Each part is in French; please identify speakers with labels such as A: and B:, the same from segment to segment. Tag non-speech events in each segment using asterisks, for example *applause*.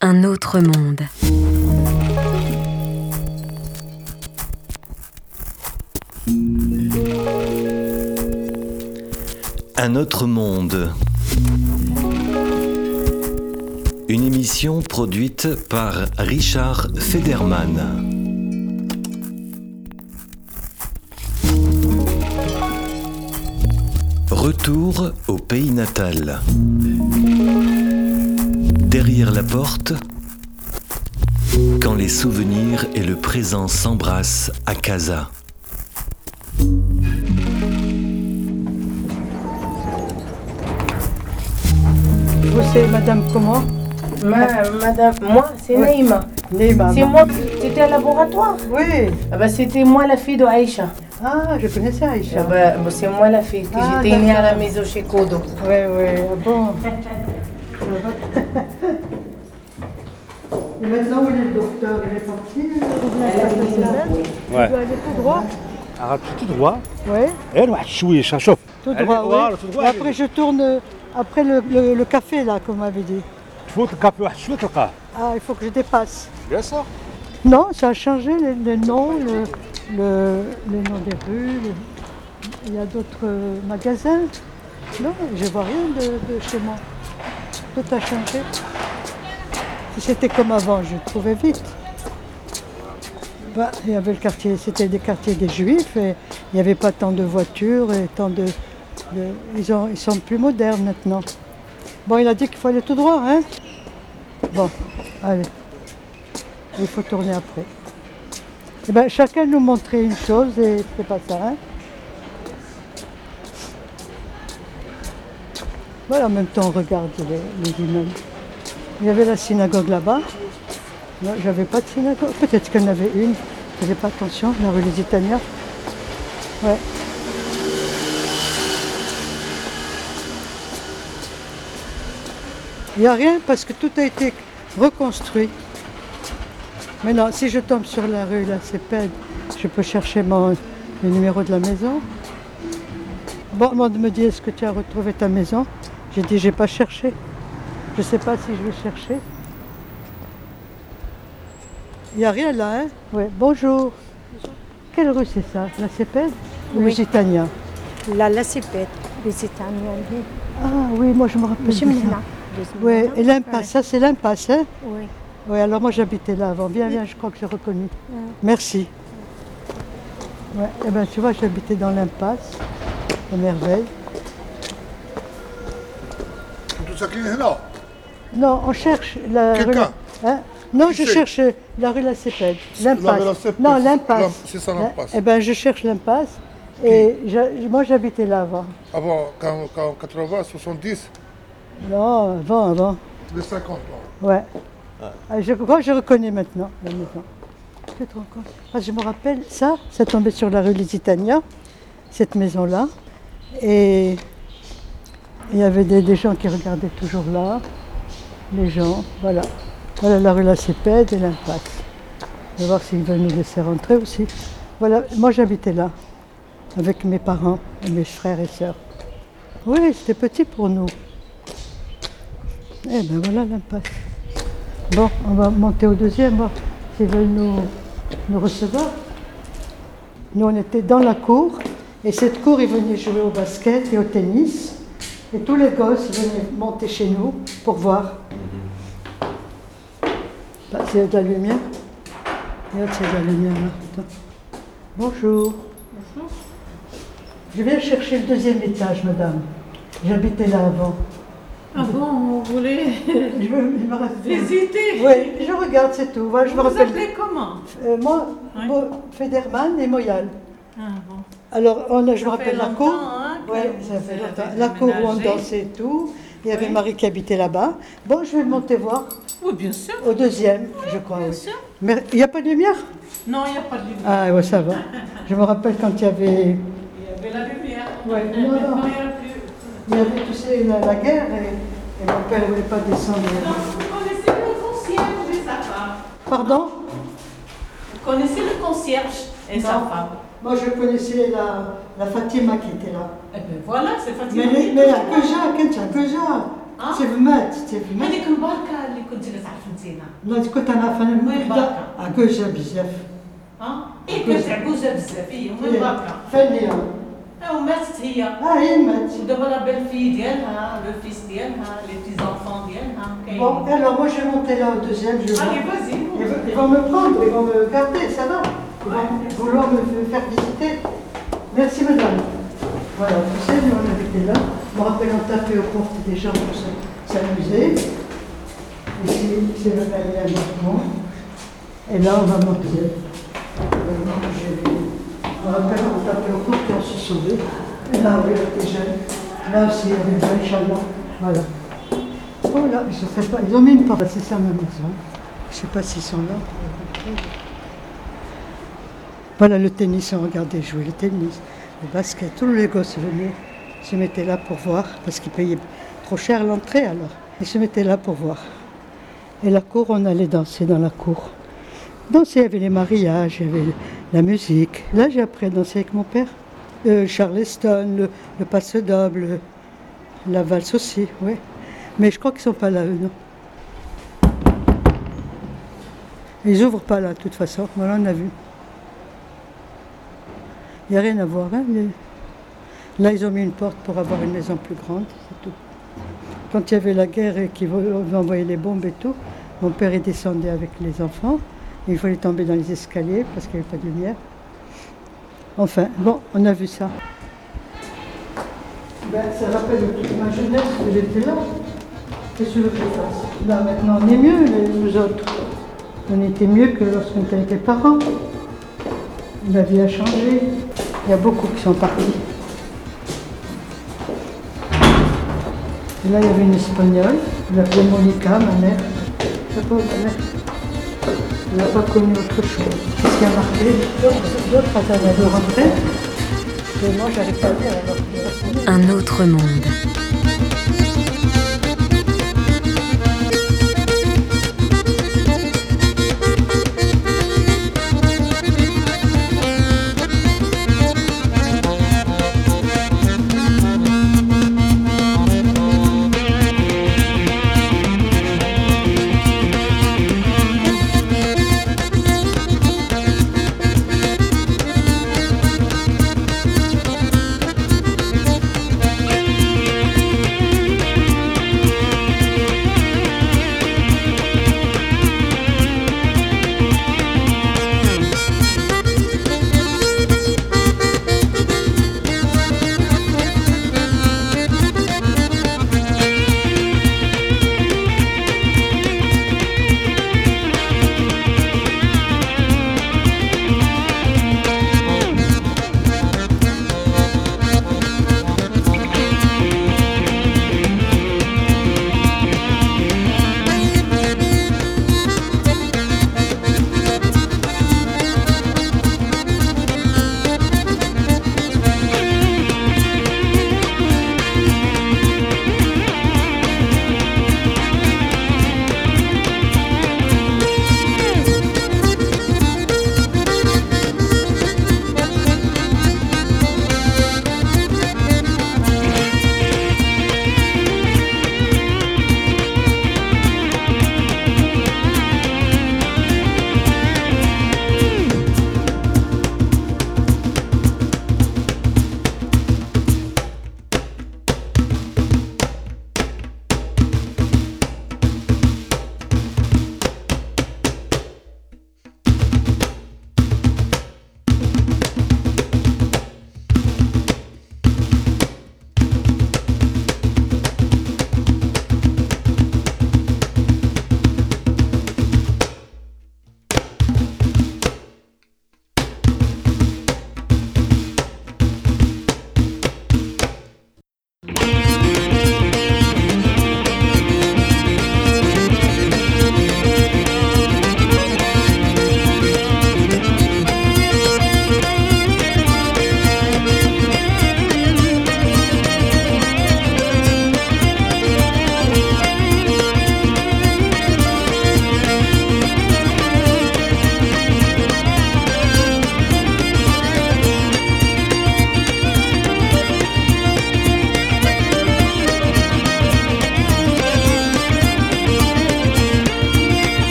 A: Un autre monde.
B: Un autre monde. Une émission produite par Richard Federman. Retour au pays natal. Derrière la porte, quand les souvenirs et le présent s'embrassent à Casa.
C: Vous c'est madame comment
D: Ma- madame, moi, c'est
C: Ouais.
D: Naïma.
C: Neymar.
D: C'est moi qui étais au laboratoire.
C: Oui.
D: Ah bah, c'était moi la fille de Aïcha.
C: Ah, je connaissais Aïcha.
D: Ah bah, bah, c'est moi la fille. que
C: Ah,
D: J'étais née à la
C: d'accord.
D: maison chez Kodo.
C: Ouais, ouais, ah bon.
D: *laughs*
C: Et maintenant, où est le docteur Il est parti
E: Ouais.
C: aller tout droit
E: عرفت tout droit
C: Oui,
E: غير واحد الشويشه شوف
C: tout
E: Allez,
C: droit. oui.
E: voilà, tout droit,
C: Et après,
E: allez.
C: je tourne euh, après le, le- le café, là, comme on m'avait dit.
E: تفوت الكابي واحد شويه تلقاه
C: Ah, il faut que je dépasse.
E: بيان سور
C: Non, ça a changé les, les noms, le, le, les noms des rues. le- il y a d'autres euh, magasins. Non, je vois rien de, de chez moi. Tout a changé. Si c'était comme avant, je trouvais vite. Bah, il y avait le quartier, c'était des quartiers des Juifs et il n'y avait pas tant de voitures et tant de. de- ils, ont- ils sont plus modernes maintenant. Bon, il a dit qu'il faut aller tout droit, hein Bon, allez. Il faut tourner après. Eh ben, chacun nous montrait une chose et c'est pas ça. hein. voilà, en même temps, on regarde les, les immeubles. Il y avait la synagogue là-bas. Moi, j'avais pas de synagogue. Peut-être qu'il y en avait une. Je faisais pas attention, la rue des Italiens. Ouais. Il n'y a rien parce que tout a été reconstruit. Mais non, si je tombe sur la rue, là, c'est peine. Je peux chercher mon, le numéro de la maison. Bon, on me dit, est-ce que tu as retrouvé ta maison J'ai dit, j'ai pas cherché. Je sais pas si je vais chercher. Il n'y a rien là, hein Oui, bonjour. Quelle rue c'est ça La Cépède ou
F: Oui.
C: Lusitania
F: لا لا سي بيت بيزيت عميان
C: Ah oui, moi je me rappelle.
F: ماشي
C: de
F: من
C: ça.
F: هنا
C: Oui, et l'impasse, ça c'est l'impasse, hein
F: وي
C: Oui, alors moi j'habitais là avant. Viens, viens, je crois que j'ai reconnu. Merci. Ouais, eh ben, tu vois, j'habitais dans l'impasse, à merveille.
G: انتوا ساكنين هنا
C: Non, on cherche la rue.
G: Quelqu'un
C: hein non, je
G: Qui c'est
C: cherche la rue La Cépède.
G: La rue La
C: L'impasse.
G: Cépède.
C: Non, l'impasse.
G: L'im- c'est ça,
C: La-
G: l'impasse.
C: Eh ben, je cherche l'impasse. Et j'a- moi j'habitais là avant.
G: avant quand, quand 80 70
C: Non, avant, avant.
G: les 50 ans.
C: Ouais. Ah, Je crois que je reconnais maintenant la maison. Tu te rends compte Ah, Je me rappelle, ça, ça tombait sur la rue Lusitania, cette maison-là. Et il y avait des, des gens qui regardaient toujours là. Les gens, voilà. Voilà la rue La Cépède et l'impasse. On va voir s'ils veulent nous laisser rentrer aussi. Voilà, moi j'habitais là, avec mes parents et mes frères et sœurs. Oui, c'était petit pour nous. Eh ben voilà l'impasse. Bon, on va monter au deuxième, voir s'ils veulent nous, nous recevoir. Nous, on était dans la cour, et cette cour, ils venaient jouer au basket et au tennis. Et tous les gosses venaient monter chez nous pour voir. Bah, c'est de la lumière. Regarde, c'est de la lumière là. Attends. Bonjour. Je viens chercher le deuxième étage, madame. J'habitais là avant.
H: Ah bon, vous voulez
C: *laughs* Je veux- il me reste-
H: visiter
C: Oui, je regarde, c'est tout. Voilà, je me
H: Vous
C: rappelle.
H: appelez comment
C: Euh, moi,
H: Ouais.
C: Mo- Federman et Moyal.
H: Ah bon.
C: Alors, on a- je
H: Ça
C: me rappelle
H: fait
C: la
H: longtemps,
C: cour.
H: hein, que
C: Ouais,
H: vous
C: ça fait
H: avez
C: longtemps. La cour où on
H: déménagé.
C: dansait et tout. Il y avait
H: Oui. Mm.
C: Marie qui habitait là-bas. Bon, je vais monter voir
H: Oui, bien sûr.
C: au deuxième, je crois.
H: Bien
C: oui.
H: sûr.
C: Mais il n'y a pas de lumière
H: Non, il n'y a pas de lumière.
C: Ah, ouais, ça va. Je me rappelle quand il y avait,
H: Il y avait la lumière.
C: Ouais,
H: Mais
C: non,
H: maintenant,
C: non.
H: il y a plus.
C: il y avait tu sais, la, la guerre et, et mon père ne voulait pas descendre.
H: Non, vous connaissez le concierge et sa femme.
C: Pardon
H: Vous connaissez le concierge et sa femme.
C: Moi, je connaissais la, la Fatima qui était là.
H: Eh ben voilà, c'est
C: Mais,
H: fatigué.
C: mais, mais la Koja, Kenja, Koja.
H: Ah.
C: C'est Vmat, c'est
H: ما
C: Vmat.
H: ديك البركه اللي كنت تعرفي زينه
C: لا كنت انا فانا
H: وين بركة؟
C: على كوجا بزاف.
H: ها اي كانت عجوزه بزاف هي وين البركه
C: فنية.
H: او ماتت هي
C: اه هي مات.
H: ودابا راه بان في ديالها لو فيس ديالها لي بيتي زونفون ديالها
C: Bon,
H: كاين
C: alors moi je vais monter là au deuxième, je vais.
H: Allez, vas-y.
C: Ils vont- Ils vont me prendre, ils vont me garder, ça va Ils vont vouloir me faire visiter. Merci madame. Voilà, vous savez, nous on habitait là. Je me rappelle, on tapait aux portes des gens pour se- s'amuser. Ici, c'est le palais à Marmont. Et là, on va monter. On va manger. Je me rappelle, on tapait aux portes et on se sauvait. Et là, oui, on était jeunes. Là aussi, on est jeunes, Inch'Allah. Voilà. Oh là, je sais pas, ils ont mis une porte, c'est ça ma maison. Je sais pas s'ils sont là. Voilà le tennis, on regardait jouer le tennis, le basket, tous les gosses venaient, se mettaient là pour voir, parce qu'ils payaient trop cher l'entrée alors. Ils se mettaient là pour voir. Et la cour, on allait danser dans la cour. Danser, il y avait les mariages, il y avait la musique. Là, j'ai appris à danser avec mon père. Euh, Charleston, le, le passe double, la valse aussi, oui. Mais je crois qu'ils sont pas là, eux, non. Ils ouvrent pas là, de toute façon. Voilà, on a vu. Il n'y a rien à voir. hein, les- Là, ils ont mis une porte pour avoir une maison plus grande, c'est tout. Quand il y avait la guerre et qu'ils vo- envoyaient les bombes et tout, mon père est descendait avec les enfants. Il fallait tomber dans les escaliers parce qu'il n'y avait pas de lumière. Enfin, bon, on a vu ça. Ben, ça rappelle toute ma jeunesse que j'étais là. Qu'est-ce que je fasse Là, maintenant, on est mieux, les, nous autres. On était mieux que lorsqu'on était parents. La vie a changé. Il y a beaucoup qui sont partis. Et là, il y avait une espagnole. Je l'appelais Monica, ma mère. La pauvre mère. Elle n'a pas connu autre chose. Qu'est-ce qui a marqué D'autres, d'autres attendaient de rentrer. Et moi, j'arrive pas à dire alors que je restais là.
A: Un autre monde.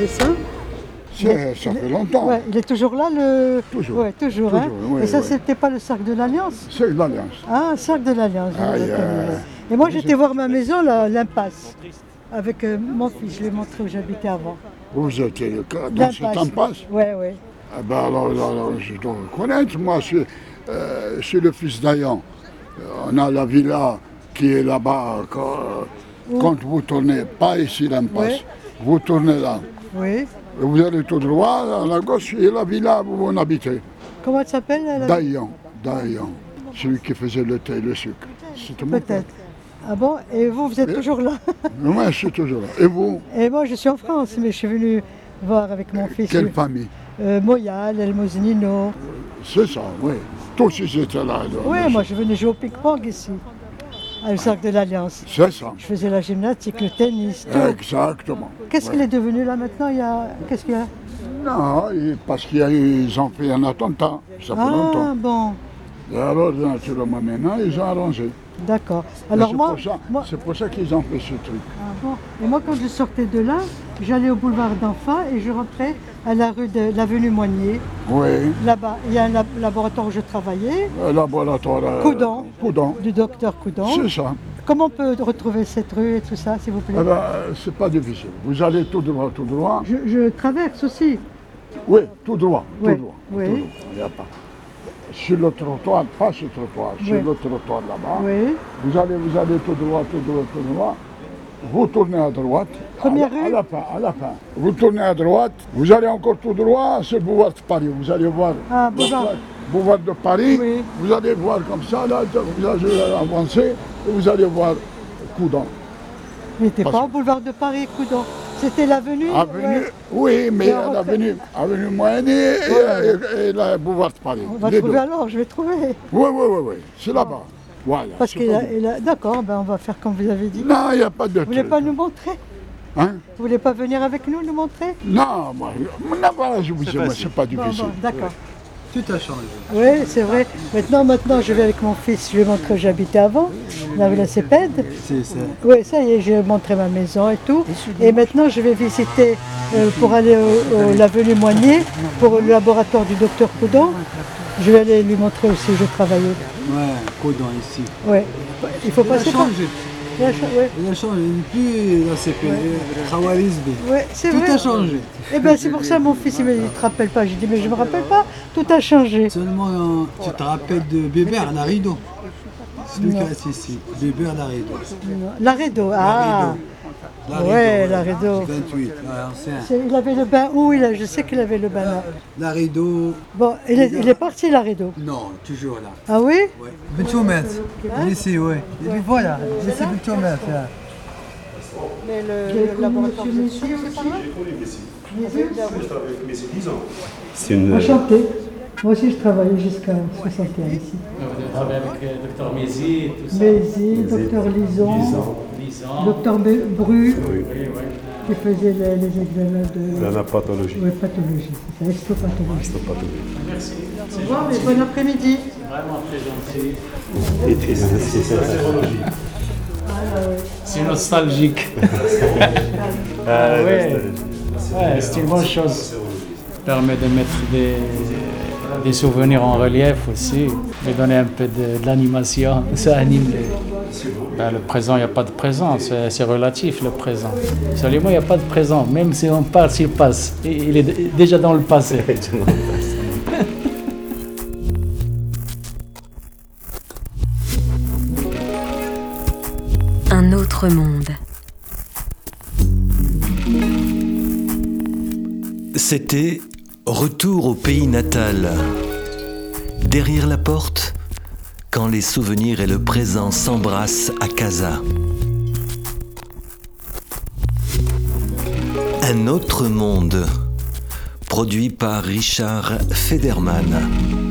C: dessin.
G: C'est- Ça fait longtemps.
C: Ouais, il est toujours là, le.
G: Toujours.
C: Ouais, toujours, hein.
G: Toujours, ouais,
C: Et ça,
G: ouais.
C: c'était pas le cercle de l'Alliance
G: C'est l'alliance.
C: Ah, un cercle de l'Alliance. je me
G: Aïe,
C: rappelle,
G: aïe.
C: ouais. Et moi, j'étais voir ma maison, là, l'impasse. Avec euh, mon fils, je l'ai montré où j'habitais avant.
G: Vous étiez le cas dans ce temps passe.
C: Ouais, ouais.
G: Ah ben alors, alors, je dois reconnaître, moi, je, suis- euh, je suis le fils d'Ayan. Euh, On a la villa qui est là-bas. euh, Quand, euh, quand vous tournez, pas ici l'impasse,
C: Ouais.
G: vous tournez là.
C: Oui.
G: Et Vous allez tout droit, à la gauche, et la villa où on habitait.
C: Comment elle s'appelle la-
G: D'Ayan, d'Ayan. Celui qui faisait le thé, le sucre. C'était mon père.
C: Peut-être. Ah bon Et vous,
G: Euh.
C: vous êtes toujours là
G: Mais Moi, je suis toujours là. Et vous,
C: Et moi, je suis en France, mais je suis venue voir avec mon fils
G: quelle famille
C: euh, Moyal, El Mousnino.
G: C'est ça, oui. Tous ils étaient là. là.
C: Oui, moi, je venais jouer au ping-pong ici, à le Cercle de l'Alliance.
G: C'est ça.
C: Je faisais la gymnastique, le tennis, tout.
G: Exactement.
C: Qu'est-ce qu'il est devenu là maintenant Il y a... Qu'est-ce qu'il y a
G: Non, et parce qu'il y a eu, ils ont fait un attentat, ça fait
C: Ah
G: longtemps.
C: bon,
G: Et alors, naturellement, maintenant, ils ont arrangé.
C: d'accord.
G: Et
C: Alors
G: c'est
C: moi,
G: pour ça-
C: moi-
G: c'est pour ça qu'ils ont fait ce truc.
C: ah bon. Et moi, quand je sortais de là, j'allais au boulevard d'Enfants et je rentrais à la rue de l'avenue Moigné.
G: Oui,
C: Là-bas, il y a un lab- laboratoire où je travaillais,
G: un laboratoire. euh,
C: Coudon.
G: Coudon.
C: du docteur Coudon.
G: C'est ça.
C: Comment on peut retrouver cette rue et tout ça, s'il vous plaît
G: Eh ben, euh, c'est pas difficile. Vous allez tout droit, tout droit.
C: je, je traverse aussi.
G: Oui, tout droit,
C: Oui,
G: tout droit.
C: oui.
G: tout droit. Il n'y a pas. Sur le trottoir, pas sur le trottoir,
C: Oui.
G: sur le trottoir là-bas.
C: Oui.
G: Vous allez, vous allez tout droit, tout droit, tout droit. Vous tournez à droite.
C: Première
G: à, la-
C: rue
G: à la fin, à la fin. Vous tournez à droite. Vous allez encore tout droit sur le boulevard de Paris. Vous allez voir.
C: Ah,
G: le
C: boulevard.
G: pla- boulevard de Paris.
C: Oui.
G: Vous allez voir comme ça, là, vous allez avancer. Et vous allez voir Coudon.
C: Il n'était pas
G: Parce- Ah,
C: au boulevard de Paris, Coudon. C'était l'avenue
G: Avenue,
C: ouais.
G: oui, mais
C: Et on retraite.
G: l'avenue, avenue Moyenne et, et- et la boulevard de Paris.
C: On va
G: les
C: trouver
G: deux.
C: alors, je vais trouver.
G: Oui, oui, oui, oui, c'est là-bas. Voilà.
C: Parce
G: c'est
C: qu'il
G: pas
C: a,
G: bon.
C: il a- D'accord, ben on va faire comme vous avez dit. Vous
G: Non, il n'y a pas de
C: voulez
G: truc.
C: pas nous montrer
G: Hein?
C: Vous voulez pas venir avec nous nous montrer
G: Non, moi, non, voilà, je vous dis, moi, c'est pas
C: Bon,
G: difficile.
C: bon, d'accord. Tout a changé. Oui, c'est vrai. Maintenant, maintenant, je vais avec mon fils. Je lui montre où j'habitais avant, la Villa Cépède. Oui, ça y est, j'ai montré ma maison et tout. Et maintenant, je vais visiter euh, pour aller au, au- l'avenue Moigné, pour le laboratoire du docteur Coudon. Je vais aller lui montrer aussi où je travaillais.
I: Ouais, Codon ici.
C: Oui. Il faut
I: Il a
C: passer par.
I: changé,
C: Il a cha- ouais.
I: il a changé, il n'est plus la CP, Khawarizmi.
C: Ouais, c'est
I: Tout
C: vrai.
I: a changé.
C: Eh ben c'est pour ça mon fils il me dit il te rappelle pas. J'ai dit mais je me rappelle pas, tout a changé.
I: Seulement, euh, tu te rappelles de Bébert, Larido. Celui qui est assis ici, Bébert, Larido.
C: Laredo, ah
I: Larido,
C: Ouais, Ah,
I: voilà.
C: Larido.
I: 28, ouais, ancien.
C: C'est- Il avait le bain où il a, je sais qu'il avait le bain là.
I: Larido,
C: Bon, il est, il est parti Laredo.
I: non, toujours là.
C: Ah oui
I: Ouais. Betchoumet, il est ici, oui. Il est voilà, il est ici, Betchoumet, là.
C: Mais le, laboratoire de
J: C'est une.
C: Enchanté. Moi aussi je travaillais jusqu'à 61 ici.
J: avec le docteur Mézi et tout ça.
C: Mézi, docteur Lison, docteur Be- Bru, qui faisait les, les examens de
J: La pathologie.
C: ouais, pathologie, c'est ça, histopathologie. Au revoir et bon après-midi.
J: Et c'est- c'est- c'est- C'est nostalgique. Ah ouais. Ouais, c'est une bonne chose. Ça permet de mettre des, des souvenirs en relief aussi, de donner un peu de, de l'animation. *laughs* Ça anime les- Ben, le présent, il n'y a pas de présent, c'est c'est relatif le présent. Seulement, il n'y a pas de présent, même si on passe, il passe. Il il est d- déjà dans le passé.
A: un autre monde.
B: C'était Retour au pays natal. Derrière la porte, quand les souvenirs et le présent s'embrassent à Casa. Un autre monde, produit par Richard Federman.